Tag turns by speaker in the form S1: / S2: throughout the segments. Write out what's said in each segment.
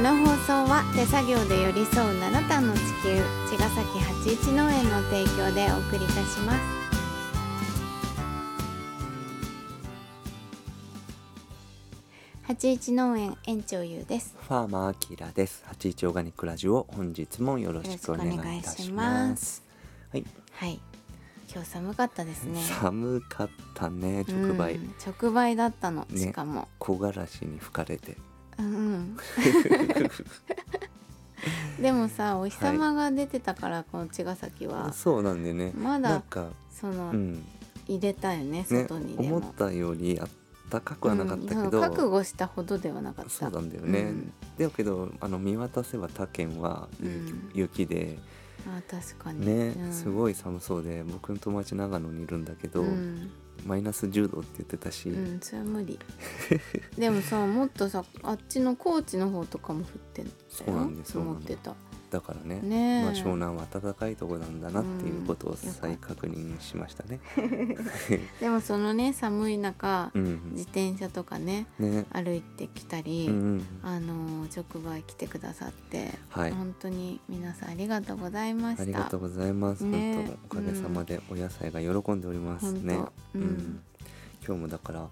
S1: の放送は手作業で寄り添う七段の地球茅ヶ崎八一農園の提供でお送りいたします八一農園園長ゆうです
S2: ファーマーアキラです。八一オーガニックラジオ本日もよろしくお願いいたします。はい、
S1: はい今日寒かったですね
S2: 寒かったね。直売、
S1: うん直売だったの
S2: ね
S1: しかも、
S2: 木枯らしに吹かれて。
S1: うんうん、でも さお日様が出てたから、この茅ヶ崎は
S2: そうなんでね。
S1: まだ
S2: なんか、
S1: その、
S2: うん、
S1: 入れたよね
S2: ね
S1: 外に、でも、
S2: 思ったよりあったかくはなかったけど、
S1: うんその覚悟したほどではなかった
S2: そうなんだよね。
S1: うん
S2: だけど、あの見渡せば他県は雪,、
S1: うん
S2: 雪で
S1: あ確かに
S2: ね、
S1: うん
S2: すごい寒そうで、僕の友達長野にいるんだけど、
S1: うん、
S2: マイナス10度って言ってたし、
S1: うん、それは無理 でもさもっとさあっちの高知の方とかも降ってんだよ
S2: そうなんですそうなん
S1: 思
S2: です
S1: ってた
S2: だからね。
S1: ねえ、
S2: まあ、湘南は暖かいとこなんだなっていうことを再確認しましたね。
S1: でもそのね寒い中、
S2: うん、
S1: 自転車とかね
S2: ね、
S1: 歩いてきた
S2: う
S1: り、
S2: んうん、
S1: あのー直売来てくださって、
S2: はい
S1: 本当に皆さんありがとうございました
S2: ありがとうございます。
S1: ね
S2: 本当おかげさまでお野菜が喜んでおりますね
S1: 本。当
S2: う
S1: うん
S2: ん、今日もだから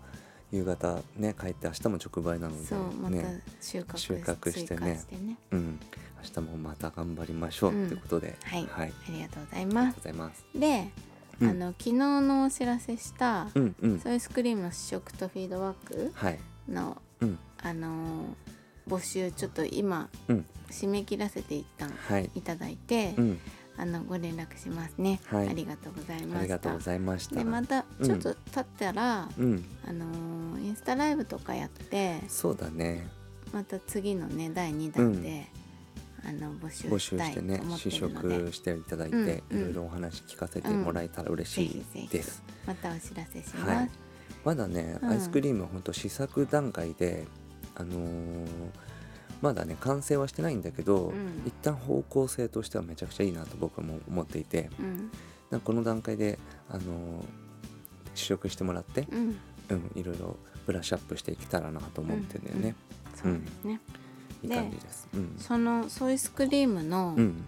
S2: 夕方ね帰って明日も直売なので
S1: そうまた
S2: ね、
S1: 収穫,、
S2: 収穫してね
S1: 追加してね
S2: うん、明日もまた頑張りましょう
S1: うん
S2: ってことで、
S1: はい
S2: はい、
S1: ありがとうござい
S2: あり
S1: ま
S2: がとう
S1: す
S2: ございます。
S1: で、
S2: うん
S1: あの昨日のお知らせした、
S2: うんうん、
S1: ソイスクリームの試食とフィードバック
S2: はい、
S1: の
S2: うん
S1: あのー募集ちょっと今
S2: うん、
S1: 締め切らせて一旦
S2: はい、
S1: いただいて、
S2: うん、
S1: あのご連絡しますね、
S2: はい
S1: ありがとうござい
S2: あ
S1: ま
S2: りが
S1: し
S2: とう
S1: た
S2: ございました。
S1: でまた
S2: うん
S1: ちょっと経ったら、
S2: うん、
S1: あのーインスタライブとかやって
S2: そうだね。
S1: また次のね第2弾で、あの募集
S2: 募
S1: し
S2: 集
S1: た
S2: し
S1: いと
S2: てね
S1: 思って
S2: 試
S1: るので、
S2: 食していただいて、
S1: うん
S2: いろいろお話聞かせてもらえたら嬉し
S1: うん
S2: い
S1: ぜひぜひ
S2: です、
S1: またお知らせします、
S2: はいまだね、
S1: うん
S2: アイスクリームは本当試作段階であのーまだね完成はしてないんだけど、
S1: うん
S2: 一旦方向性としてはめちゃくちゃいいなと僕も思っていて
S1: うん
S2: なんかこの段階で、あのー試食してもらって、
S1: うん
S2: うん、いろいろブラッシュアップしていけたらなと思ってんだよね、
S1: そうですね、うん
S2: いい感じです、うん
S1: そのソイスクリームの、
S2: うん、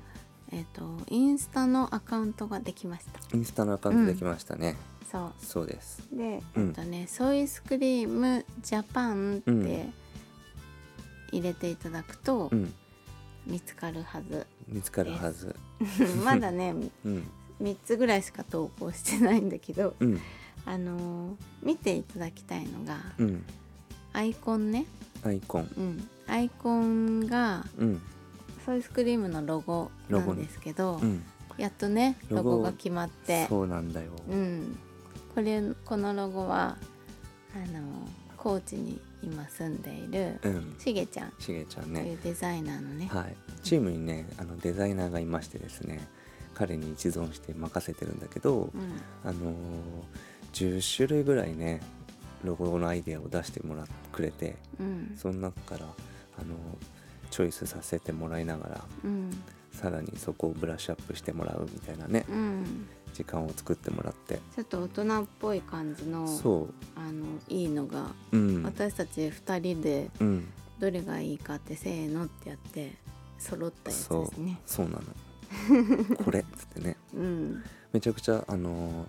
S1: えっ、とインスタのアカウントができました
S2: インスタのアカウントできましたね、
S1: そう
S2: そうです
S1: で、
S2: うん
S1: えっとね、ソイスクリームジャパンっ
S2: うん
S1: て入れていただくと
S2: うん
S1: 見つかるはず、
S2: 見つかるはず、
S1: まだね
S2: うん
S1: 3つぐらいしか投稿してないんだけど、
S2: うん
S1: あのー見ていただきたいのが
S2: うん、
S1: アイコンね、
S2: アイコン、
S1: うん、アイコンが
S2: うん
S1: ソイスクリームのロゴなんですけど、
S2: うん、
S1: やっとねロ
S2: ロ
S1: ゴ
S2: ゴ
S1: が決まって
S2: そうなんだよ、
S1: うん、これこのロゴはあの高知に今住んでいる
S2: うん、
S1: しげちゃん
S2: しげちゃん
S1: と
S2: ね
S1: い、うデザイナーのね、
S2: はい、チームにねあのデザイナーがいましてですね彼に一存して任せてるんだけ
S1: う
S2: ど、
S1: ん、
S2: あのー10種類ぐらいねロゴのアイデアを出してもらってくれて
S1: うん、
S2: その中から、あのーチョイスさせてもらいながら
S1: うん、
S2: さらにそこをブラッシュアップしてもらうみたいなね
S1: うん、
S2: 時間を作ってもらって
S1: ちょっと大人っぽい感じの
S2: そ
S1: あのいいのが、
S2: ううん
S1: 私たち2人で
S2: うん
S1: どれがいいかってせーのってやって揃ったやつ
S2: そう
S1: ですね。
S2: そうな のこれっつってね
S1: うん、
S2: めちゃくちゃあのー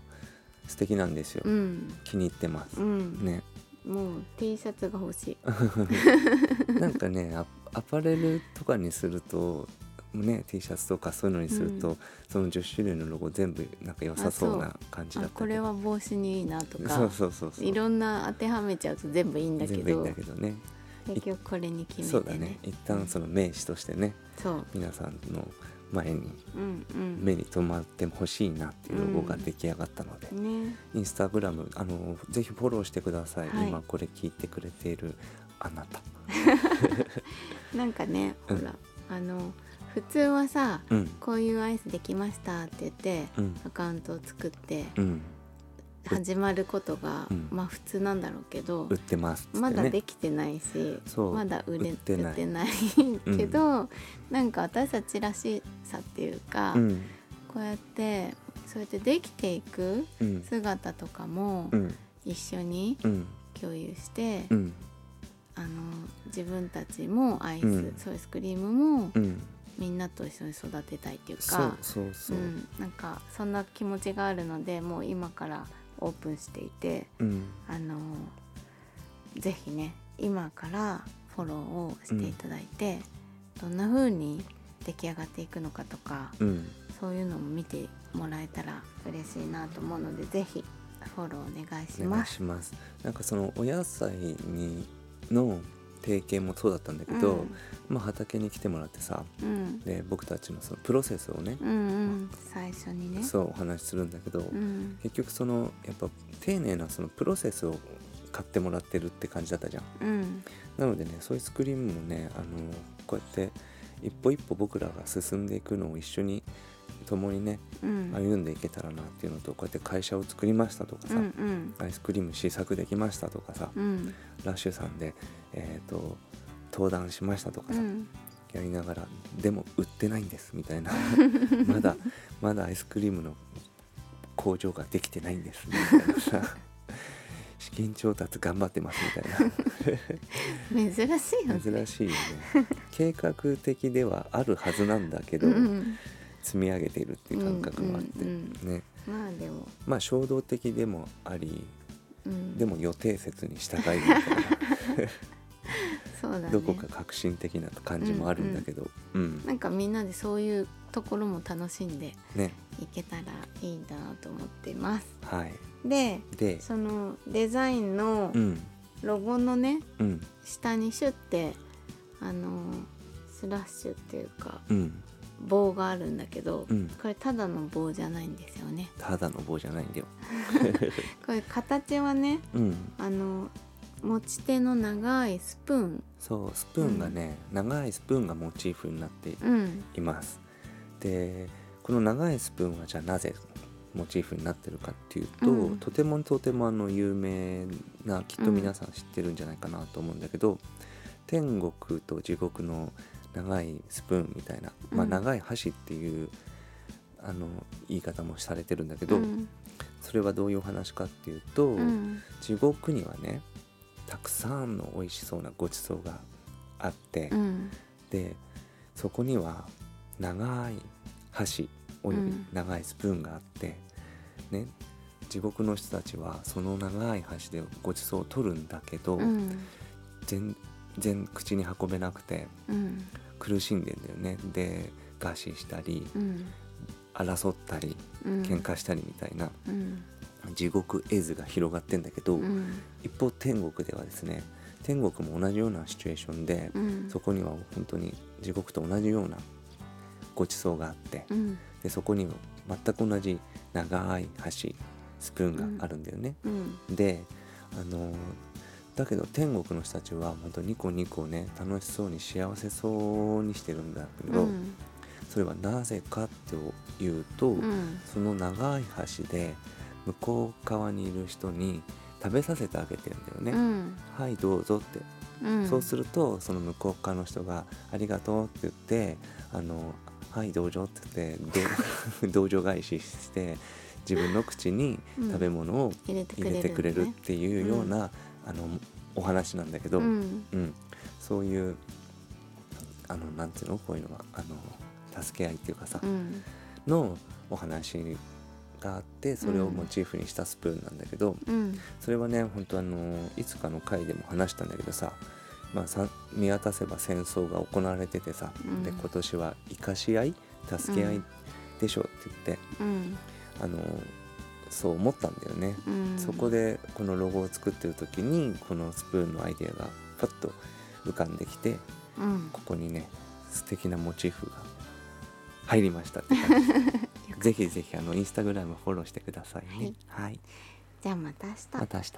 S2: 素敵なんですよ、
S1: うん、
S2: 気に入ってます
S1: う、ん、
S2: ね
S1: もう T シャツが欲しい。
S2: なんかねアアパレルとかにするとね T シャツとかそういうのにすると、
S1: う
S2: その10種類のロゴ全部なんか良さそうな感じだ
S1: あ
S2: った
S1: これは帽子にいいなとか、
S2: そうそうそうそう
S1: いろんな当てはめちゃうと全部いいんだけ
S2: 全部いいん
S1: ど
S2: だけどね
S1: 結局これに決めてね
S2: そうだね一旦その名刺としてね
S1: そう
S2: 皆さんの前に
S1: うんうん
S2: 目に留まってほしいなっていうロゴが出来上がったので、
S1: ね
S2: インスタグラムあのぜひフォローしてください、
S1: はい
S2: 今これ聞いてくれているあなた
S1: なんかねほ
S2: うん
S1: ら、あの普通はさ
S2: うん
S1: こういうアイスできましたって言って
S2: うん
S1: アカウントを作って
S2: うん
S1: 始まることが、
S2: うん
S1: まあ普通なんだろうけど
S2: 売ってますっつって、ね、
S1: まだできてないし、
S2: そう
S1: まだ売れ
S2: 売ってない
S1: 売ってないけど、なんか私たちらしさっていうか、
S2: うん
S1: こうやってそうやってできていく
S2: うん
S1: 姿とかも
S2: うん
S1: 一緒に
S2: うん
S1: 共有して、
S2: うん
S1: あの自分たちもアイス、
S2: うん
S1: ソイスクリームも
S2: うん
S1: みんなと一緒に育てたいっていう
S2: そ
S1: か
S2: うそうそう、
S1: ん、なんかそんな気持ちがあるのでもう今からオープンしていて
S2: うん
S1: あのぜひね今からフォローをしていただいて、どんな風に出来上がっていくのかとか
S2: うん
S1: そういうのも見てもらえたら嬉しいなと思うのでぜひフォローお願いし
S2: お願
S1: ま
S2: い
S1: す。
S2: しますなんかそのお野菜にの提携もそうだったんだけど、まあ、畑に来てもらってさ
S1: うん、うん
S2: で僕たちのそのプロセスをね
S1: う、んうん最初にね
S2: そうお話しするんだけど、
S1: うん
S2: 結局そのやっぱ丁寧なそのプロセスを買ってもらってるって感じだったじゃん
S1: うん
S2: なのでねソイスクリームもねあのこうやって一歩一歩僕らが進んでいくのを一緒に共にね
S1: うん
S2: 歩んでいけたらなっていうのとこうやって会社を作りましたとか
S1: う
S2: さ、
S1: ん
S2: アイスクリーム試作できましたとかさ、
S1: うんうん
S2: ラッシュさんで、えー、と登壇しましたとか
S1: う
S2: さ、
S1: ん
S2: やりながらでも売ってないんですみ たいなまだまだアイスクリームの工場ができてないんですみたいなさ資金調達頑張ってますみたいな。
S1: 珍しいよね。
S2: 珍しいよね計画的ではあるはずなんだけど、
S1: うん
S2: 積み上げているっていう感覚もあって、
S1: うんうん
S2: ね
S1: まあでも、
S2: まあ衝動的でもあり
S1: うん、
S2: でも予定説に従いみ たいな、
S1: そうだ、ね、
S2: どこか革新的な感じもあるんだけど、うん
S1: なんかみんなでそういうところも楽しんで
S2: ね
S1: いけたらいいなと思ってます。
S2: はい
S1: で
S2: で
S1: そのデザインの
S2: うん
S1: ロゴのね、
S2: うん
S1: 下にシュってあのスラッシュっていうか
S2: うん
S1: 棒があるんだけど、
S2: うん
S1: これただの棒じゃないんですよね。
S2: ただの棒じゃないん だよ、
S1: これ形はね
S2: うん、
S1: あの持ち手の長いスプーン、
S2: そうスプーンがね、長いスプーンがモチーフになって
S1: うん、
S2: いますでこの長いスプーンはじゃあなぜモチーフになってるかっていうと、
S1: うん
S2: とてもとてもあの有名なきっと皆さん知ってるんじゃないかなと思うんだけど、天国と地獄の長いスプーンみたいな、まあ、
S1: うん
S2: 長い箸っていうあの言い方もされてるんだけど、
S1: うん
S2: それはどういうお話かっていうと、
S1: うん
S2: 地獄にはねたくさんの美味しそうなごちそうがあって。
S1: うん
S2: でそこには長い箸および
S1: うん
S2: 長いスプーンがあって、ね地獄の人たちはその長い箸でごちそうを取るんだけど、
S1: うん
S2: 全然口に運べなくて
S1: うん
S2: 苦しんでんだよねで餓死したり
S1: うん
S2: 争ったり
S1: うん
S2: 喧嘩したりみたいな、
S1: うん
S2: 地獄絵図が広がってんだけど、
S1: うん
S2: 一方天国ではですね天国も同じようなシチュエーションで、
S1: うん
S2: そこには本当に地獄と同じようなごちそうがあって、
S1: うん
S2: でそこには全く同じ長い箸スプーンがあるんだよね。
S1: うん
S2: であのーだけど天国の人たちは本当ニコニコね楽しそうに幸せそうにしてるんだけど、
S1: うん
S2: それはなぜかっていうと、
S1: うん
S2: その長い箸で向こう側にいる人に食べさせてあげてるんだよね。
S1: うん
S2: はいどうぞって
S1: うん
S2: そうするとその向こう側の人が「ありがとう」って言って「あのはい同情」って言ってど 同情返しして自分の口に
S1: うん
S2: 食べ物を
S1: 入れてく
S2: 入
S1: れる
S2: れてくれるっ
S1: ね
S2: ていうような、あのお話なんだけど、
S1: うん
S2: うんそういうあのなんていうのこういうのはあの助け合いっていうかさ、
S1: うん
S2: のお話があってそれをモチーフにしたスプーンなんだけど、
S1: うん
S2: それはね本当あのいつかの回でも話したんだけどさ,、まあ、さ見渡せば戦争が行われててさ、
S1: うん
S2: で今年は生かし合い助け合いでしょうって
S1: うん
S2: 言って、あのそう思ったんだよね、
S1: うん
S2: そこでこのロゴを作ってる時にこのスプーンのアイデアがパッと浮かんできて
S1: うん
S2: ここにね素敵なモチーフが入りましたっ て感じぜひぜひあのインスタグラムフォローしてくださいね。はい、
S1: じゃあまた明日
S2: また明日。